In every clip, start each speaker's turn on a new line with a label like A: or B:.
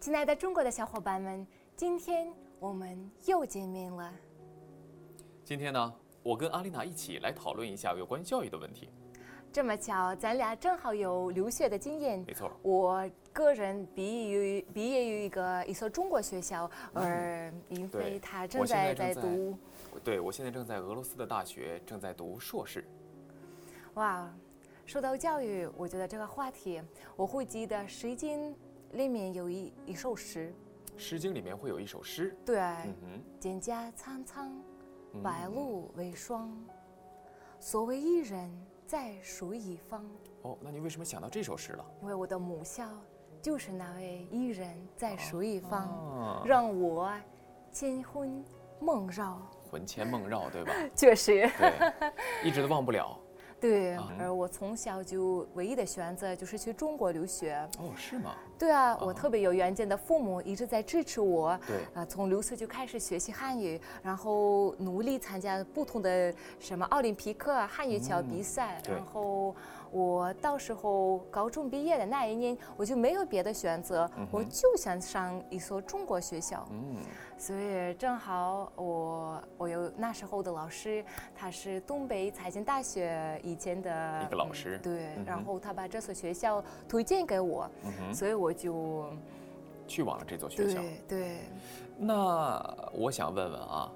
A: 亲爱的中国的小伙伴们，今天我们又见面了。
B: 今天呢，我跟阿丽娜一起来讨论一下有关教育的问题。
A: 这么巧，咱俩正好有留学的经验
B: 没。错，
A: 我个人毕业于毕业于一个一所中国学校，而云飞
B: 对
A: 他
B: 我
A: 正
B: 现
A: 在在
B: 在正在
A: 读。
B: 对我现在正在俄罗斯的大学，正在读硕士。
A: 哇，说到教育，我觉得这个话题，我会记得《诗经》里面有一一首诗，
B: 《诗经》里面会有一首诗，
A: 对，
B: 嗯哼，
A: 蒹葭苍苍，
B: 嗯
A: 白露为霜。所谓伊人，在水一方。
B: 哦，那你为什么想到这首诗了？
A: 因为我的母校就是那位伊人，在水一方，
B: 啊，
A: 让我千魂梦绕。
B: 魂牵梦绕， 对吧？
A: 确实，
B: 对，一直都忘不了。
A: 对
B: 啊。
A: 而我从小就唯一的选择就是去中国留学。
B: 哦，是吗？
A: 对啊，我特别有远见的父母一直在支持我。
B: 对
A: 啊，从留学就开始学习汉语，然后努力参加不同的什么奥林匹克啊、汉语桥比赛。
B: 嗯对
A: 然后我到时候高中毕业的那一年，我就没有别的选择，我就想上一所中国学校。
B: 嗯，
A: 所以正好我我有那时候的老师，他是东北财经大学以前的
B: 一个老
A: 嗯
B: 师
A: 对，
B: 嗯
A: 然
B: 哼
A: 后他把这所学校推荐给我，
B: 嗯哼，
A: 所以我就
B: 去往了这座学校。
A: 对对，
B: 那我想问问啊，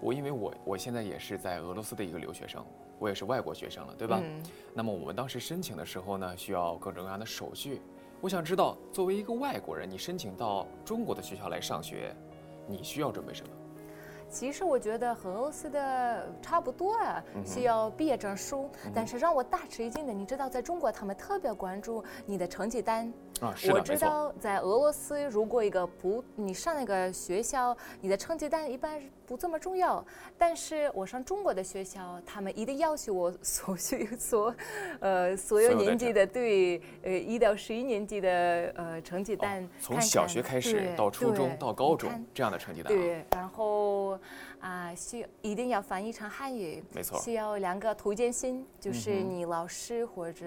B: 我因为我我现在也是在俄罗斯的一个留学生，我也是外国学生了，对吧？
A: 嗯
B: 那么我们当时申请的时候呢，需要各种各样的手续。我想知道，作为一个外国人，你申请到中国的学校来上学，你需要准备什么？
A: 其实我觉得和俄罗斯的差不多啊，
B: 嗯
A: 需要毕业证书。但是让我大吃一惊的，你知道，在中国他们特别关注你的成绩单。
B: 啊，是
A: 我
B: 的，
A: 知
B: 没错，
A: 道在俄罗斯，如果一个不你上那个学校，你的成绩单一般不这么重要。但是我上中国的学校，他们一定要求我所需所， 呃，所有
B: 所有的
A: 年级
B: 成
A: 的对，呃，一到十一年级的呃成绩单看看、
B: 哦从小学开始
A: 对
B: 到初中
A: 对
B: 到高
A: 你看
B: 中这样的成绩单啊，
A: 对，然后啊、需一定要翻译成汉语，
B: 没错嗯
A: 需要两个推荐信，就是你老师或者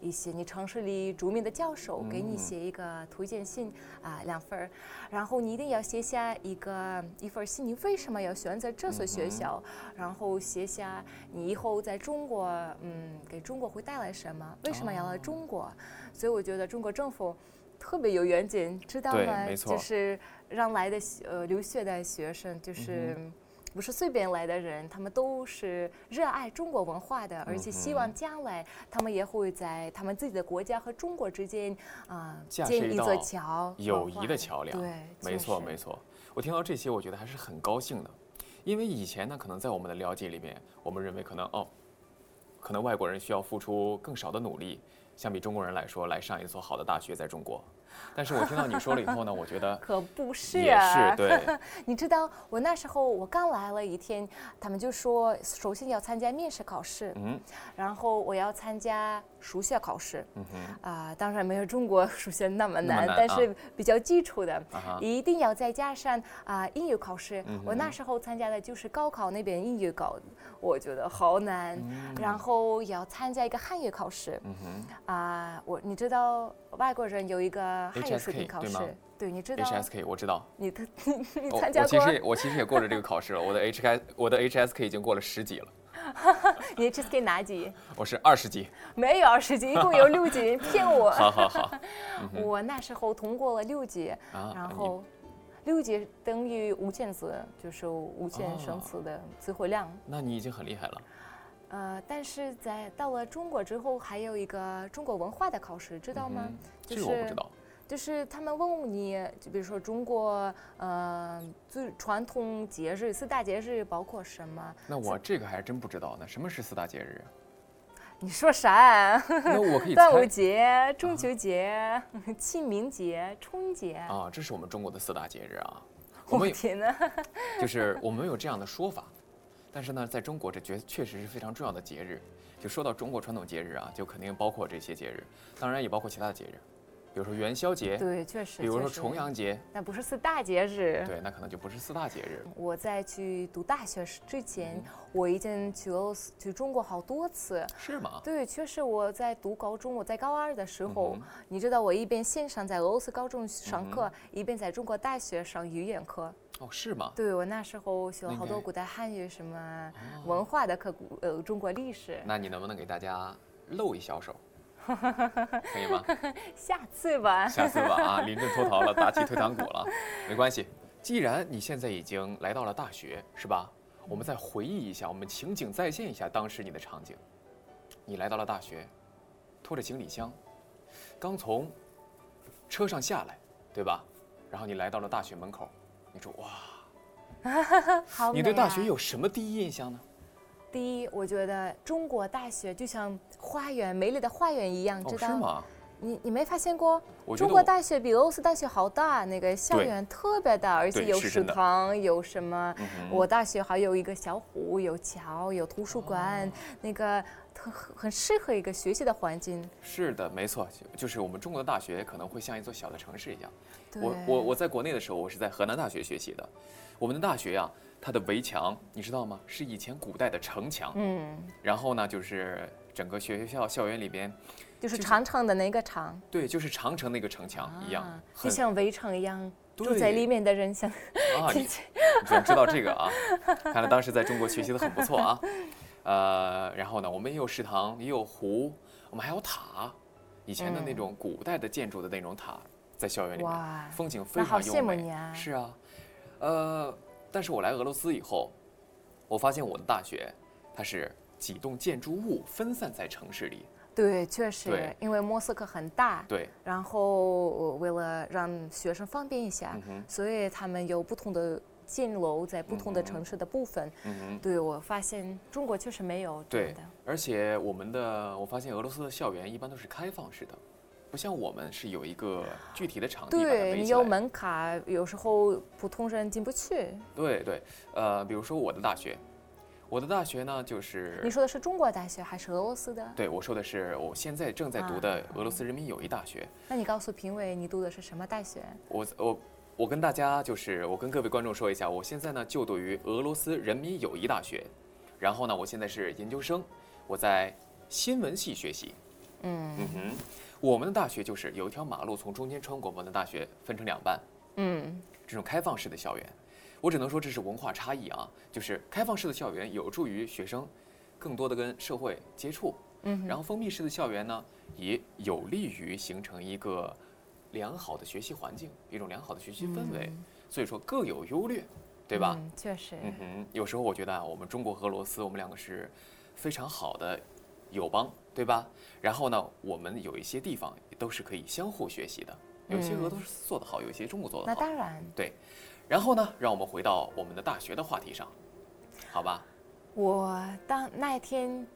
A: 一些你城市里著名的教授给你
B: 嗯
A: 写一个推荐信啊、两份儿，然后你一定要写下一个一份儿信，你为什么要选择这所学
B: 嗯
A: 校，然后写下你以后在中国嗯给中国会带来什么，为什么要来中国，
B: 哦
A: 所以我觉得中国政府。特别有远景，知道
B: 对
A: 吗？
B: 没
A: 就
B: 错
A: 是让来的学呃留学的学生，
B: 嗯
A: 就是不是随便来的人，他们都是热爱中国文化
B: 嗯
A: 的，而且希望将来他们也会在他们自己的国家和中国之间啊、
B: 架设
A: 建
B: 一
A: 一座
B: 道
A: 桥，
B: 友
A: 文
B: 谊
A: 化
B: 的桥梁。
A: 对，
B: 没错没
A: 错，
B: 错。我听到这些，我觉得还是很高兴的，因为以前呢，可能在我们的了解里面，我们认为可能哦，可能外国人需要付出更少的努力，相比中国人来说，来上一所好的大学在中国。但是我听到你说了以后呢，我觉得
A: 可不是
B: 也
A: 啊，
B: 是对，
A: 你知道我那时候我刚来了一天，他们就说首先要参加面试考试，
B: 嗯
A: 然后我要参加数学考试，
B: 嗯哼
A: 啊、当然没有中国 数学那么
B: 那
A: 难，
B: 么难
A: 但
B: 啊
A: 是比较基础的，
B: 啊哈
A: 一定要再加上啊、英语考试、
B: 嗯
A: 我那
B: 哼
A: 时候参加的就是高考那边英语考，我觉得好难，然后也要参加一个汉语考试
B: 嗯哼
A: 啊、我你知道外国人有一个汉语水
B: HSK
A: 平考
B: 对
A: 试
B: 吗，
A: 对，你知道
B: ，HSK 我知道，
A: 你的 你你
B: 我
A: 参
B: 我
A: 加
B: 其
A: 过
B: 实也我其实也过了这个考试了，我的 HK 我的 HSK 已经过了十级了，
A: 你 HSK 哪级？
B: 我是二十级，
A: 没有二十级，一共有六级，骗我。
B: 好嗯好好
A: 我那时候通过了六级，
B: 啊，
A: 然
B: 你
A: 后六级等于五千字，就是五千
B: 哦
A: 生词的词汇量。
B: 那你已经很厉害了，
A: 呃，但是在到了中国之后，还有一个中国文化的考试，知道吗？
B: 嗯
A: 就
B: 这个我不
A: 是
B: 知道，
A: 就是他们问你，就比如说中国呃最传统节日四大节日包括什么？
B: 那我这个还真不知道呢，什么是四大节 日啊？
A: 你说啥、啊？
B: 那我可以
A: 端午
B: 猜
A: 节、中秋节、 清明节、春节。
B: 啊，这是我们中国的四大节日 啊。 我
A: 我
B: 们有哎
A: 天哪！
B: 就是我们有这样的说法，但是呢，在中国这确确实是非常重要的节日。就说到中国传统节日啊，就肯定包括这些节日，当然也包括其他的节日。比如说元宵节，
A: 对，确实。
B: 比如说
A: 确实
B: 重阳节，
A: 那不是四大节日。
B: 对，那可能就不是四大节日了。
A: 我在去读大学时之
B: 嗯
A: 前，我已经去俄罗斯、去中国好多次。
B: 是吗？
A: 对，确实我在读高中，我在高二的时候，
B: 嗯哼嗯
A: 你知道我一边线上在俄罗斯高中上课，一边在中国大学上语言课。
B: 哦，是吗？
A: 对我那时候学了好
B: 那
A: 多
B: 应该
A: 古代汉语什么文化的课，古呃中国历史。
B: 那你能不能给大家露 一小手？可以吗？
A: 下次 吧。
B: 下次吧啊，临阵脱逃了，打起退堂鼓了， 没关系。既然你现在已经来到了大学，是吧？我们再回忆一下，我们情景再现一下当时你的场景。你来到了大学，拖着行李箱，刚从车上下来，对吧？然后你来到了大学门口，你说哇，
A: 好美啊，
B: 你对大学有什么第一印象呢？
A: 第一，我觉得中国大学就像花园，美丽的花园一样，
B: 哦，
A: 嗯知
B: 是
A: 道
B: 吗？
A: 你你没发现过？
B: 我觉
A: 中
B: 得
A: 国
B: 我
A: 大学比俄罗斯大学好大，那个校
B: 对
A: 园特别大，而且
B: 对
A: 有
B: 是
A: 食
B: 真的
A: 堂，有什么、
B: 嗯哼
A: 我大学还有一个小湖，有桥，有图书
B: 哦
A: 馆，那个特很很适合一个学习的环境。
B: 是的，没错，就就是我们中国的大学可能会像一座小的城市一样。
A: 对，
B: 我我我在国内的时候，我是在河南大学学习的。我们的大学呀、啊它的围墙你知道吗？是以前古代的城墙。
A: 嗯，
B: 然后呢，就是整个学校校园里边，
A: 就是长长的那个长。
B: 对，就是长城那个城墙一样，
A: 啊就
B: 很
A: 像围城一样，住
B: 对
A: 在里面的人 像
B: 啊，你你怎么知道这个 啊？看来当时在中国学习的很不错啊。呃，然后呢，我们也有食堂，也有湖，我们还有塔，以前的那种古代的建筑的那种塔，在校园里面，
A: 嗯哇，
B: 风景非
A: 那好
B: 常优
A: 羡慕
B: 美。
A: 你啊
B: 是啊，呃，但是我来俄罗斯以后，我发现我的大学它是几栋建筑物分散在城市里，
A: 对，确实
B: 对，
A: 因为莫斯科很大，
B: 对，
A: 然后为了让学生方便一下，
B: 嗯哼，
A: 所以他们有不同的建楼在不同的城市的部分。
B: 嗯哼。
A: 对我发现中国确实没有这样
B: 对
A: 的，
B: 而且我们的我发现俄罗斯的校园一般都是开放式的，不像我们是有一个具体的场地把它围
A: 啊你
B: 起
A: 有
B: 来。
A: 门槛，有时候普通人进不去。
B: 对对，呃，比如说我的大学，我的大学呢就是
A: 你说的是中国大学还是俄罗斯的？
B: 对我说的是我现在正在读
A: 啊
B: 的俄罗斯人民友谊大学。
A: 那你告诉评委你读的是什么大学？
B: 我我我跟大家就是我跟各位观众说一下，我现在呢就读于俄罗斯人民友谊大学，然后呢我现在是研究生，我在新闻系学习。
A: 嗯
B: 嗯哼，我们的大学就是有一条马路从中间穿过，我们的大学分成两半，
A: 嗯，
B: 这种开放式的校园，我只能说这是文化差异啊，就是开放式的校园有助于学生更多的跟社会接触，
A: 嗯，
B: 然后封闭式的校园呢，也有利于形成一个良好的学习环境，一种良好的学习氛围，所以说各有优劣，对吧？
A: 嗯确实，
B: 嗯哼，有时候我觉得啊，我们中国和俄罗斯，我们两个是非常好的友邦，对吧？然后呢，我们有一些地方都是可以相互学习的，有些俄罗斯做得好，有些中国做
A: 嗯那
B: 得好。
A: 当然。
B: 然后呢，让我们回到我们的大学的话题上，好吧？
A: 我当那一天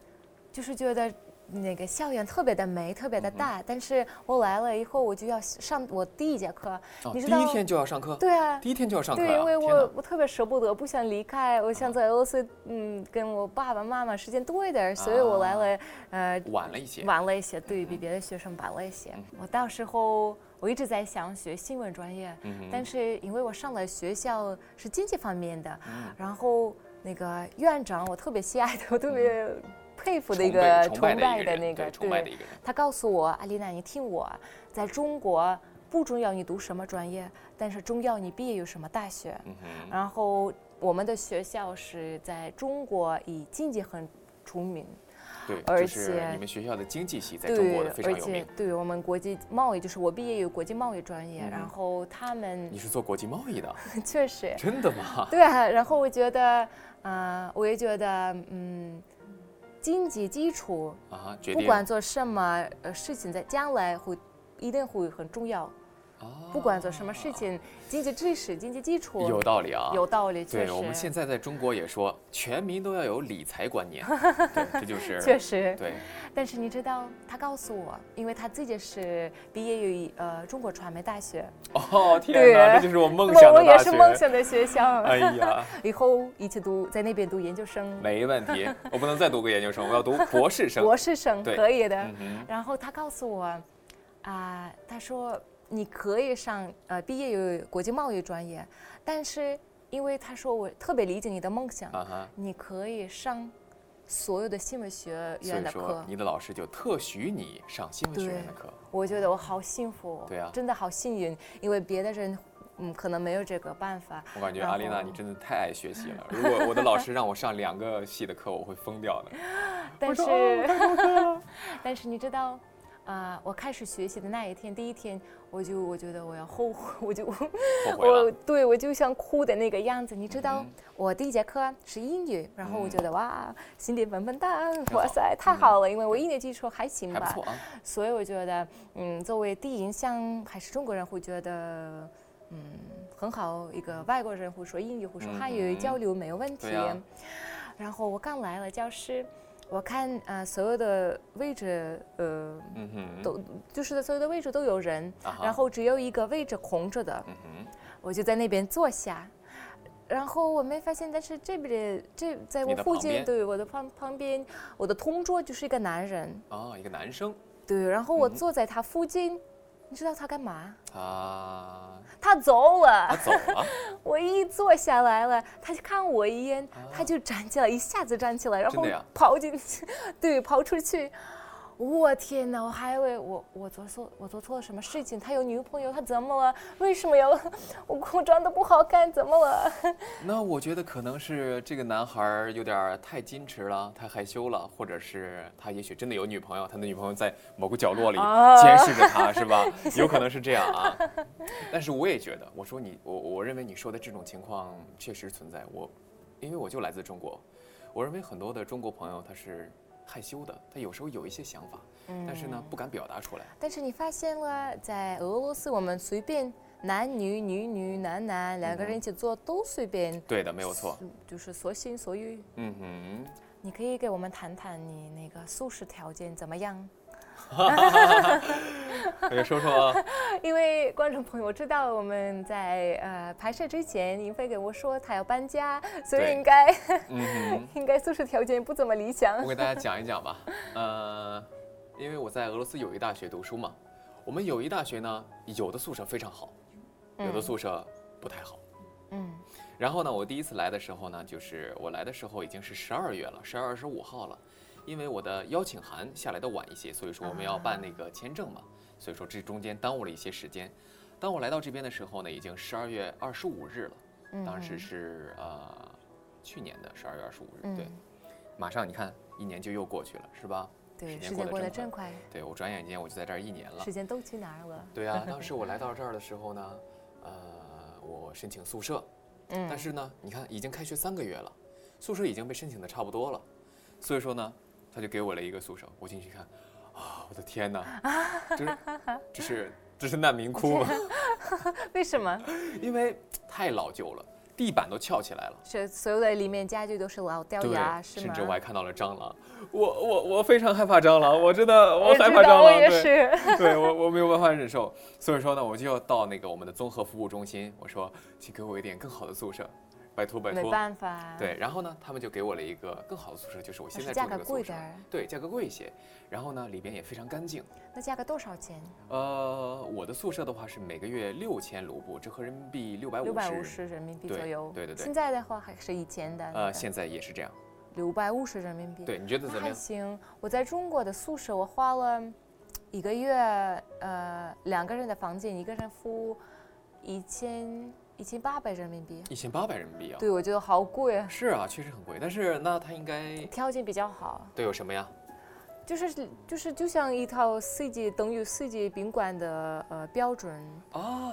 A: 就是觉得那个校园特别的美，特别
B: 嗯
A: 的大，但是我来了以后，我就要上我第一节课，
B: 哦，
A: 你
B: 第
A: 知道
B: 一天就要上课，
A: 对啊。
B: 第一天就要上课
A: 对，因
B: 啊！
A: 为
B: 天
A: 我
B: 哪，
A: 我特别舍不得，不想离开，我想在俄罗斯，嗯，跟我爸爸妈妈时间多一点儿，所以我
B: 啊
A: 来了，呃，
B: 晚了一些。
A: 晚了一些，对比别的学生晚了一些。
B: 嗯
A: 我到时候我一直在想学新闻专业，
B: 嗯
A: 但是因为我上了学校是经济方面的，
B: 嗯
A: 然后那个院长我特别喜爱的，我特别佩服的一
B: 崇
A: 个
B: 拜崇拜的
A: 的
B: 一个人，
A: 那个
B: 对崇拜的一个人。
A: 他告诉我，阿丽娜，你听我，在中国不重要你读什么专业，但是重要你毕业于什么大学。
B: 嗯 哼，
A: 然后我们的学校是在中国以经济很出名，
B: 对，
A: 而
B: 就是
A: 且
B: 你们学校的经济系在
A: 对，
B: 中国的非常
A: 而
B: 有
A: 且
B: 名。
A: 对我们国际贸易，就是我毕业于国际贸易专业，
B: 嗯
A: 然后他们
B: 你是做国际贸易的，
A: 确实
B: 真的吗？
A: 对啊，然后我觉得，呃，我也觉得，嗯，经济基础
B: 啊，决
A: 不
B: 定。
A: 管做什么呃事情，在将来会一定会很重要。不管做什么事情，经济知识、经济基础
B: 哦有道理啊，
A: 有道理，确
B: 对
A: 实，
B: 我们现在在中国也说，全民都要有理财观 念，对，这就是
A: 确实。
B: 对，
A: 但是你知道，他告诉我，因为他自己是毕业于呃中国传媒大学，
B: 哦天
A: 对
B: 哪，这就是我
A: 那
B: 梦
A: 么
B: 想
A: 我
B: 的
A: 也
B: 大
A: 是梦
B: 学。
A: 想的学 校，
B: 哎呀，
A: 以后一起读在那边读研究生、
B: 没 问题，我不能再读个研究生，我要读博士生。
A: 博士生，
B: 对嗯
A: 可以的。
B: 嗯哼，
A: 然后他告诉我，啊、他说你可以上呃毕业有国际贸易专业，但是因为他说我特别理解你的梦想，
B: 啊哈，
A: 你可以上所有的新闻学
B: 所
A: 院
B: 以
A: 的
B: 说
A: 课。
B: 你的老师就特许你上新闻学院的课，
A: 我觉得我好幸福，哦
B: 对啊
A: 真的好幸运，因为别的人嗯可能没有这个办法。
B: 我感觉
A: 然
B: 阿丽娜
A: 后
B: 你真的太爱学习了。如果我的老师让我上两个系的课，我会疯掉的。
A: 但
B: 说哦
A: 是， 但是你知道，啊、我开始学习的那一天，第一天我就我觉得我要后悔， 我就
B: 后悔
A: 我
B: 了。
A: 对我就像哭的那个样子，你知道
B: 嗯，
A: 我第一节课是英语，然后我觉得、哇，心里笨笨蛋，
B: 好
A: 哇塞，太
B: 嗯
A: 好了，因为我英语基础还行
B: 还不
A: 吧
B: 错，啊，
A: 所以我觉得，嗯，作为第一印象，还是中国人会觉得，嗯，很好。一个外国人会说英语，会说汉语，
B: 嗯
A: 交流没有问题。
B: 对啊
A: 然后我刚来了教室，我看呃所有的位置，呃，
B: 嗯哼，
A: 都就是所有的位置都有人，
B: 啊哈
A: 然后只有一个位置空着的，
B: 嗯哼，
A: 我就在那边坐下。然后我没发现，但是这边这在
B: 你
A: 我
B: 的
A: 附
B: 旁
A: 近，
B: 边
A: 对我的旁旁边，我的同桌就是一个男人，
B: 哦，一个男生
A: 对，然后我
B: 嗯
A: 坐在他附近，你知道他干嘛？
B: 啊，
A: 他走
B: 他
A: 了，
B: 走了，
A: 我一坐下来了，他就看我一眼，他
B: 啊
A: 就站起来，一下子站起来，然
B: 真
A: 后
B: 的呀
A: 跑进去，对，跑出去。我天哪！我还以为我我做错我做错了什么事情？他有女朋友，他怎么了？为什么要我我装的不好看？怎么了？
B: 那我觉得可能是这个男孩儿有点儿太矜持了，太害羞了，或者是他也许真的有女朋友，他的女朋友在某个角落里
A: 啊
B: 监视着他，是吧？有可能是这样啊。但是我也觉得，我说你，我我认为你说的这种情况确实存在。我，因为我就来自中国，我认为很多的中国朋友他是害羞的，他有时候有一些想法，但是呢不敢表达出来。
A: 但是你发现了，在俄罗斯我们随便男女、女女、男男两
B: 嗯
A: 个人一起做都随便，
B: 对的，没有错。
A: 嗯就是所心所欲。
B: 嗯哼。
A: 你可以给我们谈谈你那个素食条件怎么样？
B: 我就说啊说，
A: 啊因为观众朋友知道我们在呃拍摄之前，银飞给我说他要搬家，所以
B: 对
A: 应该
B: 嗯哼。
A: 应该素食条件不怎么理想
B: 我。给大家讲一讲吧。呃，因为我在俄罗斯友谊大学读书嘛，我们友谊大学呢，有的宿舍非常好，有的
A: 嗯
B: 宿舍不太好。
A: 嗯
B: 然后呢，我第一次来的时候呢，就是我来的时候已经是十二月了，十二月十五号了。因为我的邀请函下来的晚一些，所以说我们要办那个签证嘛，所以说这中间耽误了一些时间。当我来到这边的时候呢，已经十二月二十五日了，
A: 嗯，
B: 当时是呃去年的十二月二十五日，
A: 嗯
B: 对，马上你看一年就又过去了，是吧？
A: 嗯对，
B: 时间
A: 时
B: 过
A: 间
B: 得
A: 过得
B: 真
A: 真快，
B: 对我转眼间我就在这儿一年了
A: 时。间都去哪儿了？
B: 对 啊，当时我来到这儿的时候呢，呃，我申请宿舍，
A: 嗯，
B: 但是呢，你看已经开学三个月了，宿舍已经被申请的差不多了，所以说呢，他就给我了一个宿舍，我进去看，啊，我的 天哪，这是这是这是难民窟吗？
A: 为什么？
B: 因为太老旧了，地板都翘起来了。
A: 是所有的里面家具都是老掉牙，是
B: 甚
A: 吗？
B: 至我还看到了蟑螂，我我我非常害怕蟑螂，我真的我
A: 我
B: 害
A: 知
B: 怕
A: 道
B: 蟑
A: 我
B: 螂，
A: 也
B: 对
A: 是。
B: 对我我没有办法忍受，所以说呢，我就要到那个我们的综合服务中心，我说，请给我一点更好的宿舍，拜托拜
A: 没
B: 托。
A: 办法，，哦
B: 对，然后呢，他们就给我了一个更好的宿舍，就是我现
A: 是
B: 在住
A: 价
B: 的
A: 格
B: 这个
A: 贵
B: 宿舍
A: 点儿，
B: 对，价格贵一些。然后呢，里边也非常干净。
A: 那价格多少钱？
B: 呃，我的宿舍的话是每个月六千卢布，折合人民币六百
A: 六
B: 五
A: 百五
B: 十。
A: 十人民币
B: 对
A: 左右。
B: 对对对
A: 现在的话还是以前的。
B: 呃，现在也是这样。
A: 六百五十人民币。
B: 对，你觉得
A: 那
B: 怎么
A: 还
B: 样？
A: 行。我在中国的宿舍，我花了一个月，呃，两个人的房间，一个人付一千一千八百人民币。
B: 一千八百人民币啊。
A: 对，我觉得好贵啊，
B: 是啊，确实很贵，但是那它应该
A: 条件比较好，
B: 都有什么呀？
A: 就是就是就像一套四季等于四季宾馆的呃标准，
B: 啊，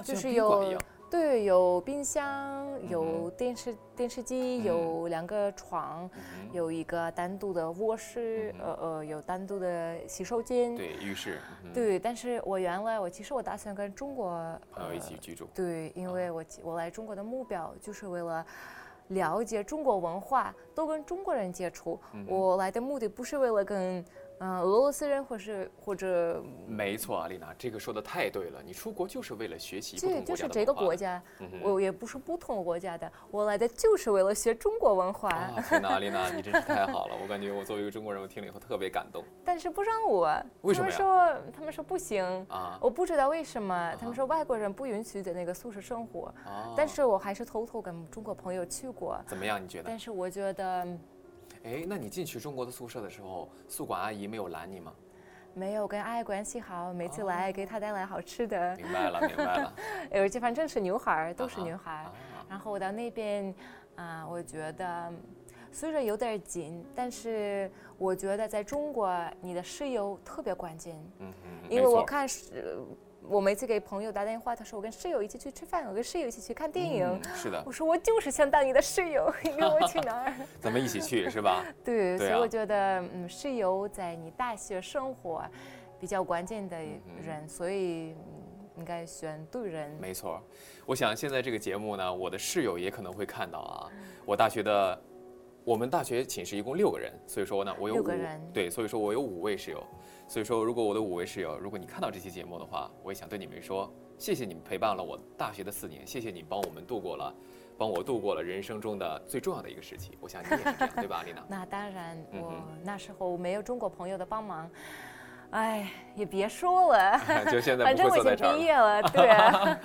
A: 哦就
B: 像
A: 是
B: 宾馆一
A: 有
B: 样。
A: 对，有冰箱，有
B: 嗯
A: 电视电视机，
B: 嗯
A: 有两个床，
B: 嗯
A: 有一个单独的卧室，
B: 嗯哼
A: 呃呃，有单独的洗手间
B: 哼，对，浴室。嗯哼
A: 对，但是我原来我其实我打算跟中国
B: 朋友一起居住。
A: 对，因
B: 啊
A: 为我其我来中国的目标就是为了了解中国文化，多跟中国人接触。
B: 嗯哼
A: 我来的目的不是为了跟嗯、俄罗斯人或是或者
B: 没错，啊阿丽娜，这个说的太对了。你出国就是为了学习不
A: 对，
B: 同
A: 就
B: 国家
A: 是
B: 的
A: 这个
B: 文化
A: 国家，
B: 嗯 哼
A: 我也不是不同国家的，我来的就是为了学中国文化，
B: 啊，天呐，阿丽娜，你真是太好了！我感觉我作为一个中国人，我听了以后特别感动
A: 但是不让我，
B: 为什
A: 他
B: 么
A: 们
B: 呀
A: 说他们说不行。
B: 啊！
A: 我不知道为什么，他
B: 啊
A: 们说外国人不允许在那个宿舍生活，
B: 啊
A: 哦但是我还是偷偷跟中国朋友去过。
B: 哦怎么样？你觉得？
A: 但是我觉得
B: 哎，那你进去中国的宿舍的时候，宿管阿姨没有拦你吗？
A: 没有跟阿姨关系好，每次
B: 哦
A: 来给她带来好吃的，
B: 明白了，明白 了，
A: 而且反正是女孩儿，都是
B: 哦啊
A: 女孩儿
B: 啊。
A: 然后我到那边，啊、我觉得虽然有点紧，但是我觉得在中国你的室友特别关键，
B: 嗯嗯，
A: 因
B: 没
A: 为我
B: 错
A: 看是，我每次给朋友打电话，他说我跟室友一起去吃饭，我跟室友一起去看电影。
B: 嗯是的
A: 我，说我就是想当你的室友， 你跟我去哪儿？
B: 咱们一起去 是吧？
A: 对，所
B: 对
A: 以我
B: 啊
A: 觉得，嗯，室友在你大学生活比较关键的
B: 哼
A: 人，所以嗯应该选对人。
B: 没错，我想现在这个节目呢，我的室友也可能会看到啊。
A: 嗯
B: 我大学的，我们大学寝室一共六个人，所以说呢，我有
A: 六
B: 五
A: 个人
B: 对，所以说我有五位室友。所以说，如果我的五位室友，如果你看到这期节目的话，我也想对你们说，谢谢你们陪伴了我大学的四年，谢谢你帮我们度过了，帮我度过了人生中的最重要的一个时期。我想你也是这样，对吧， 丽娜？
A: 那当然，
B: 嗯
A: 我
B: 哼
A: 那时候没有中国朋友的帮忙，哎，也别说了，
B: 就现在
A: 反
B: 不
A: 正我
B: 会
A: 已
B: 坐在
A: 经
B: 这儿
A: 毕
B: 了。
A: 业 了，对。啊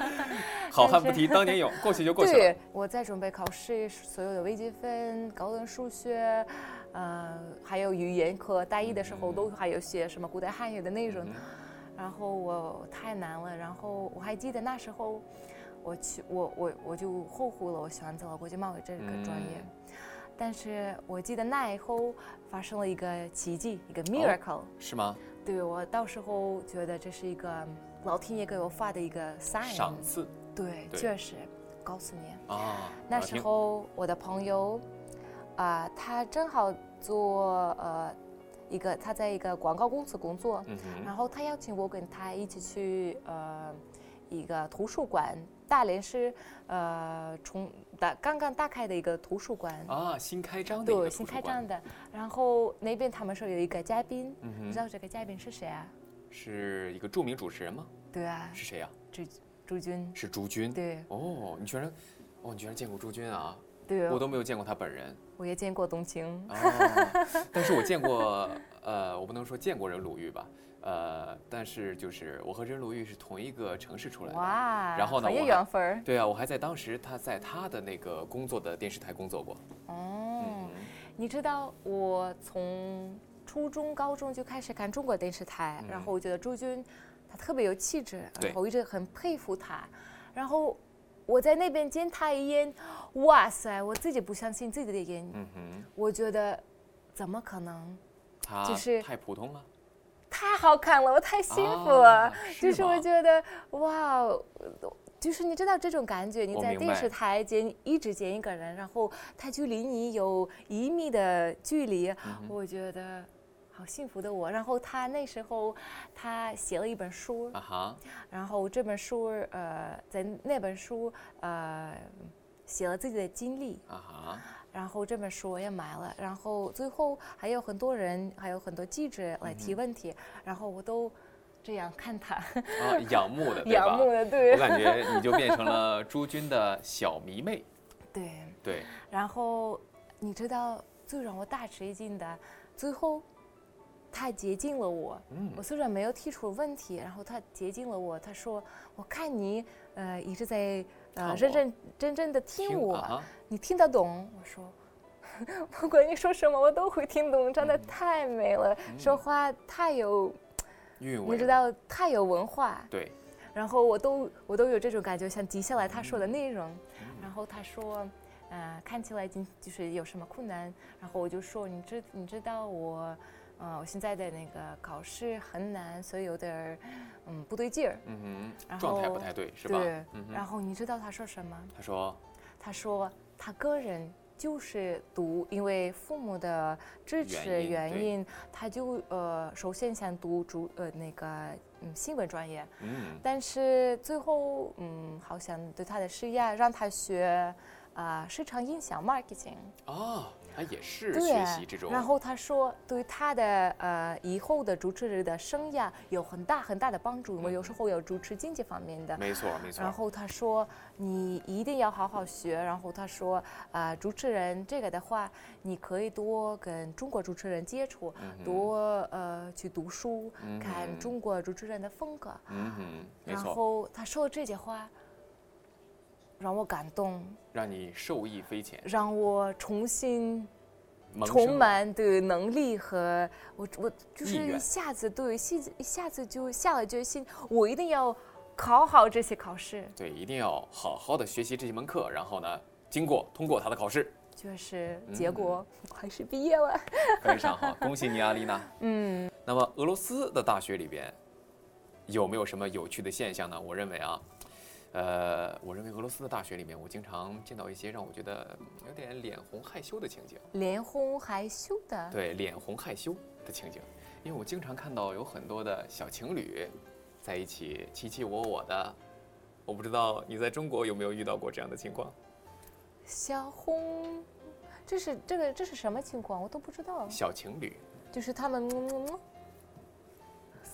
B: 好汉不提当年勇，过去就过去了。
A: 对，我在准备考试，所有的微积分、高等数学，呃，还有语言课，大一的时候都还有些什么古代汉语的内容，
B: 嗯
A: 然后我太难了，然后我还记得那时候。我去，我我我就后悔了，我选择了国际贸易这个专业。
B: 嗯
A: 但是我记得那以后发生了一个奇迹，一个
B: 哦
A: miracle、
B: 是吗？
A: 对我到时候觉得这是一个老天爷给我发的一个 sign。
B: 赏赐
A: 对，
B: 对
A: 确实，告诉你，
B: 啊！
A: 那
B: 我要
A: 时
B: 听
A: 候我的朋友，啊、他正好做呃一个，他在一个广告公司工作，
B: 嗯哼，
A: 然后他邀请我跟他一起去呃一个图书馆，大连是呃从大刚刚大开的一个图书馆，
B: 啊，新开张的一
A: 对，
B: 个
A: 新
B: 图
A: 开
B: 书
A: 张
B: 馆，
A: 的。然后那边他们说有一个嘉宾，你
B: 嗯
A: 知
B: 哼，
A: 道这个嘉宾是谁啊？
B: 是一个著名主持人吗？
A: 对啊，
B: 是谁呀、
A: 朱朱军，
B: 是朱军。
A: 对
B: 哦，你居然，哦，你居然见过朱军啊？
A: 对，哦
B: 我
A: 我
B: 都没有见过他本人
A: 也见过董卿。
B: 哦，但是我见过，呃，我不能说见过任鲁豫吧，呃，但是就是我和任鲁豫是同一个城市出来的。
A: 哇，
B: 啊然后呢
A: 很有
B: 我还
A: 缘分儿。
B: 对啊，我还在当时他在他的那个工作的电视台工作过。
A: 哦
B: 嗯，，
A: 你知道我从初中、高中就开始看中国电视台，然后我觉得朱军他特别有气质，
B: 对
A: 然后我一直很佩服他。然后我在那边见他一眼，哇塞，我自己不相信自己的眼，
B: 嗯哼，
A: 我觉得怎么可能？
B: 他
A: 就是
B: 太普通了，
A: 太好看了，我太幸福了。
B: 啊
A: 就是是我
B: 吗
A: 觉得哇，呃就是你知道这种感觉，你
B: 我
A: 在
B: 明
A: 电视
B: 白
A: 台见一直见一个人，然后他距离你有一米的距离，
B: 嗯
A: 我觉得。好幸福的我，然后他那时候，他写了一本书，
B: 啊哈，
A: 然后这本书，呃，在那本书，呃，写了自己的经历，
B: 啊哈，
A: 然后这本书我也买了，然后最后还有很多人，还有很多记者
B: 嗯
A: 来提问题，然后我都这样看他，
B: 啊，仰慕 的，对吧？
A: 仰慕的，
B: 我
A: 对
B: 感觉你就变成了朱军的小迷妹。
A: 对。
B: 对，
A: 然后你知道最让我大吃一惊的，最后他接近了我，
B: 嗯
A: 我虽然没有提出问题，然后他接近了我，他说：“我看你呃一直在
B: 看
A: 呃
B: 我
A: 认认真真的听我。
B: 啊哈
A: 你听得懂？我说， 不管你说什么，我都会听懂。真的
B: 嗯
A: 太美了，说话太有，
B: 韵味，
A: 你知？道，太有文化。
B: 对，
A: 然后我都我都有这种感觉，想记下来他说的内容。
B: 嗯
A: 然后他说，呃，看起来今就是有什么困难，然后我就说，你知你知道我，呃，我现在的那个考试很难，所以有点儿，嗯，不对劲儿。
B: 嗯
A: 然
B: 哼，状态
A: 后
B: 不太对，是吧？
A: 对，
B: 嗯
A: 然
B: 哼，
A: 后你知道他说什么？
B: 他说
A: 他说他个人就是读，因为父母的支持原
B: 原
A: 因，
B: 因
A: 他就呃首先想读主呃那个嗯新闻专业，
B: 嗯，
A: 但是最后嗯好像对他的事业让他学啊、市场营销 marketing，
B: 哦，他也是
A: 对啊
B: 学习这，种，
A: 然后他说对他的呃以后的主持人的生涯有很大很大的帮助。我有时候有主持经济方面的，
B: 嗯没错没错，
A: 然后他说你一定要好好学。然后他说啊、主持人这个的话，你可以多跟中国主持人接触，
B: 嗯
A: 多呃去读书，看中国主持人的风格。
B: 嗯哼，没
A: 然
B: 错，
A: 后他说这些话，让我感动，
B: 让你受益匪浅，
A: 让我重新
B: 萌
A: 充
B: 生
A: 满对能力和我我就
B: 意
A: 是一
B: 愿
A: 下子对一下子一下子就下了决心，我一定要考好这些考试，
B: 对，一定要好好的学习这门课，然后呢，经过通过他的考试，
A: 就是
B: 嗯
A: 结果、我还是毕业了。
B: 非常好，恭喜你，阿丽娜。嗯，那么俄罗斯的大学里边有没有什么有趣的现象呢？我认为啊，呃，我认为俄罗斯的大学里面，我经常见到一些让我觉得有点脸红害羞的情景，
A: 脸红害羞的，
B: 对，脸红害羞的情景，因为我经常看到有很多的小情侣在一起卿卿我我的。我不知道你在中国有没有遇到过这样的情况？
A: 小红，这是这个这是什么情况？我都不知道。
B: 小情侣
A: 就是他们，嗯嗯嗯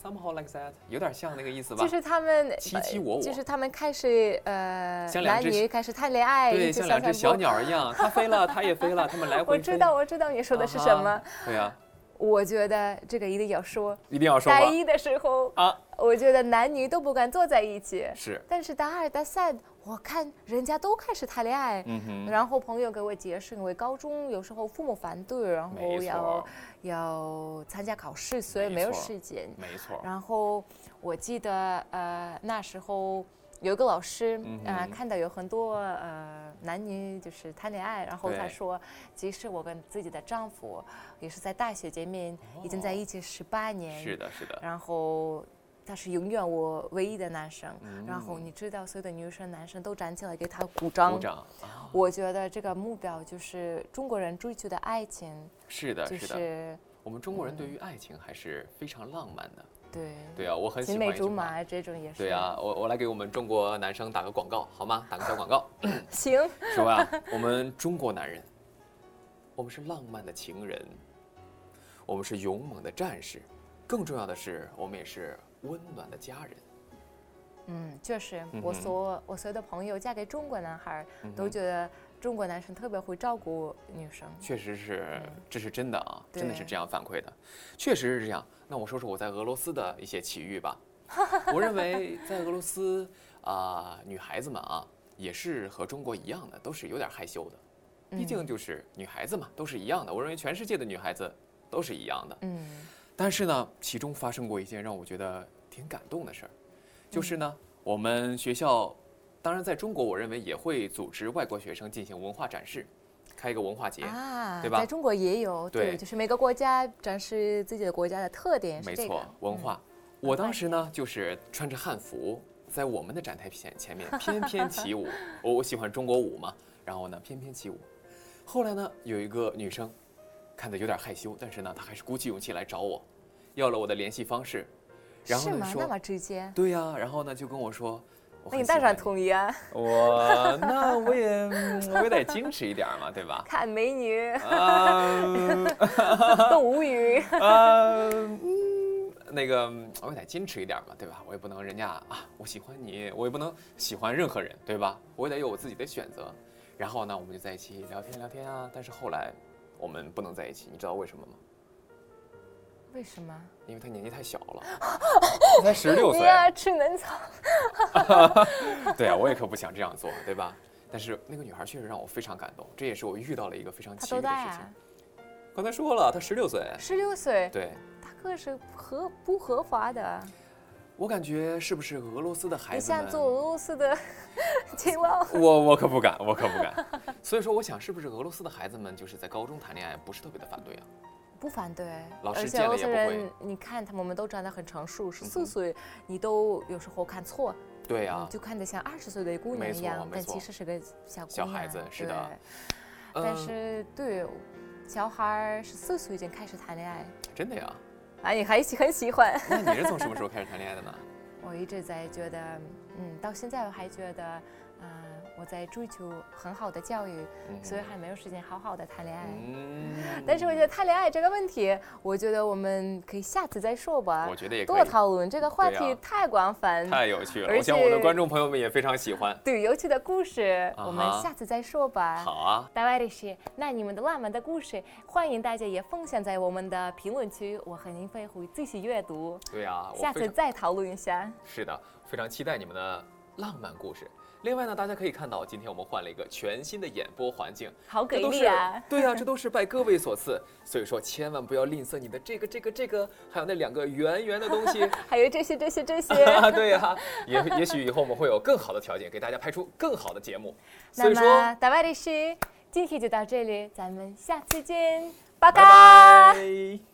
B: ，somehow like that，有点像那个意思吧？
A: 就是他们
B: 卿卿哦我我
A: 就是他们开始呃，
B: 像两
A: 男
B: 只
A: 女开始谈恋爱，
B: 对，
A: 就
B: 像两只
A: 哎散
B: 小
A: 步。
B: 鸟儿一样，它飞了，它也飞了，它们来 回
A: 我
B: 飞。
A: 知道，我知道你说的是什么。
B: 啊哈 对呀、
A: 我觉得这个一定要说。
B: 一定要说
A: 大
B: 吧。
A: 一的时候，
B: 啊，
A: 我觉得男女都不敢坐在一起，
B: 是，
A: 但是大二、大三，我看人家都开始谈恋爱。
B: 嗯哼，
A: 然后朋友给我解释，因为高中有时候父母反对，然
B: 没
A: 后要
B: 错，
A: 要参加考试，所以
B: 没
A: 没有
B: 错
A: 时间。
B: 没错，
A: 然后我记得呃那时候有一个老师
B: 嗯
A: 呃
B: 哼
A: 看到有很多呃男女就是谈恋爱，然后他
B: 对
A: 说，即使我跟自己的丈夫也是在大学见面，已经在一起十八年，
B: 哦是的，是的，
A: 然后。他是永远我唯一的男生，
B: 嗯
A: 然后你知道，所有的女生、男生都站起来给他鼓掌。
B: 鼓掌啊，
A: 我觉得这个目标就是中国人追求的爱情，
B: 是的，
A: 就是
B: 啊的。
A: 是
B: 我们中国人对于爱情还是非常浪漫的。
A: 对
B: 对啊，我很喜
A: 青梅
B: 欢一句
A: 竹
B: 话。
A: 马这种也是。
B: 对啊，，我我来给我们中国男生打个广告好吗？打个小广告，
A: 行。
B: 说啊，我们中国男人，我们是浪漫的情人，我们是勇猛的战士，更重要的是，我们也是温暖的家人。
A: 嗯，确实，
B: 嗯
A: 我
B: 哼嗯
A: 所我所有的朋友嫁给中国男孩儿，都觉得中国男生特别会照顾女生。
B: 确实是，这是真的啊，真的是
A: 对
B: 这样反馈的，确实是这样。那我说说我在俄罗斯的一些奇遇吧。我认为在俄罗斯啊、女孩子们啊，也是和中国一样的，都是有点害羞的。毕竟就是女孩子嘛，都是一样的。我认为全世界的女孩子都是一样的。
A: 嗯
B: 但是呢，其中发生过一件让我觉得挺感动的事儿，就是呢，我们学校，当然在中国，我认为也会组织外国学生进行文化展示，开一个文化节。
A: 啊，
B: 对吧
A: 在中国也有，
B: 对
A: 就是每个国家展示自己的国家的特点是
B: 没
A: 这个嗯
B: 错。，文化。我当时呢，就是穿着汉服，在我们的展台前 前面翩翩起舞。我我喜欢中国舞嘛，然后呢翩翩起舞。后来呢，有一个女生，看着有点害羞，但是呢，她还是鼓起勇气来找我，要了我的联系方式，然后
A: 是
B: 呢
A: 吗？那
B: 说，
A: 么直接？
B: 对呀、然后呢就跟我说，我
A: 那
B: 很
A: 你
B: 喜
A: 当然
B: 欢
A: 同意啊！
B: 我那我也嗯我也得矜持一点儿嘛，对吧？
A: 看美 女
B: 啊、嗯
A: 都无 语。
B: 呃，嗯那个嗯我也得矜持一点嘛，对吧？我也不能人家啊，我喜欢你，我也不能喜欢任何人，对吧？我也得有我自己的选择。然后呢，我们就在一起聊天聊天啊。但是后来我们不能在一起，你知道为什么吗？
A: 为什么？
B: 因为他年纪太小 了，他才十六岁
A: 你。要吃嫩草。
B: 对啊，我也可不想这样做，对吧？但是那个女孩确实让我非常感动，这也是我遇到了一个非常
A: 他
B: 奇
A: 多
B: 遇的
A: 大
B: 事
A: 呀
B: 情。？刚才说了，她十六岁。
A: 十六岁，
B: 对，
A: 他可是合不合法的？
B: 我感觉是不是俄罗斯的孩
A: 你
B: 子们？
A: 像做俄罗斯的 青 蛙。
B: 我我可不敢，我可不敢。 所以说，我想是不是俄罗斯的孩子们就是在高中谈恋爱不是特别的反对啊？
A: 不反对，
B: 老师
A: 而且俄
B: 见了
A: 罗
B: 也
A: 斯
B: 不会
A: 人，你看他们我们都长得很成熟，十四岁你都有时候看错，
B: 对啊，
A: 就看得像二十岁的姑
B: 没
A: 娘
B: 错
A: 一样，
B: 没
A: 但
B: 错
A: 其实是个小姑
B: 小
A: 娘
B: 孩子是的
A: 对但
B: 嗯
A: 是对，小孩十四岁已经开始谈恋爱，
B: 真的呀。
A: 啊，你还喜很喜 欢。
B: 那你是从什么时候开始谈恋爱的呢？
A: 我一直在觉得，嗯，到现在我还觉得，啊、我我在追求很好的教育，所以还没有时间好好的谈恋爱。
B: 嗯
A: 但是我觉得谈恋爱这个问题，我觉得我们可以下次再说吧
B: 我，觉得也可
A: 多
B: 以，
A: 讨论这个话
B: 对
A: 题
B: 呀
A: 太广泛。
B: 太有趣了。
A: 而
B: 我想我的
A: 且
B: 观众朋友们也非常喜欢。
A: 对，有趣的故事，我们
B: 啊哈
A: 下次再说吧。
B: 好啊，
A: 大外律师，那你们的浪漫的故事，欢迎大家也分享在我们的评论区，我和您飞会仔细阅读，
B: 对啊，我
A: 下
B: 非
A: 次
B: 常
A: 再讨论一下。
B: 是的，非常期待你们的浪漫故事。另外呢，大家可以看到，今天我们换了一个全新的演播环境，
A: 好
B: 这
A: 给
B: 都
A: 力
B: 是
A: 啊！
B: 对呀、这都是拜各位所赐。所以说，千万不要吝啬你的这个、这个、这个，还有那两个圆圆的 东西。啊
A: 还有这些这些这些，
B: 对呀、也也许以后我们会有更好的条件，给大家拍出更好的节目。 所
A: 那
B: 以说，
A: 么大外律师，今天就到这里，咱们下次见，拜
B: 拜拜。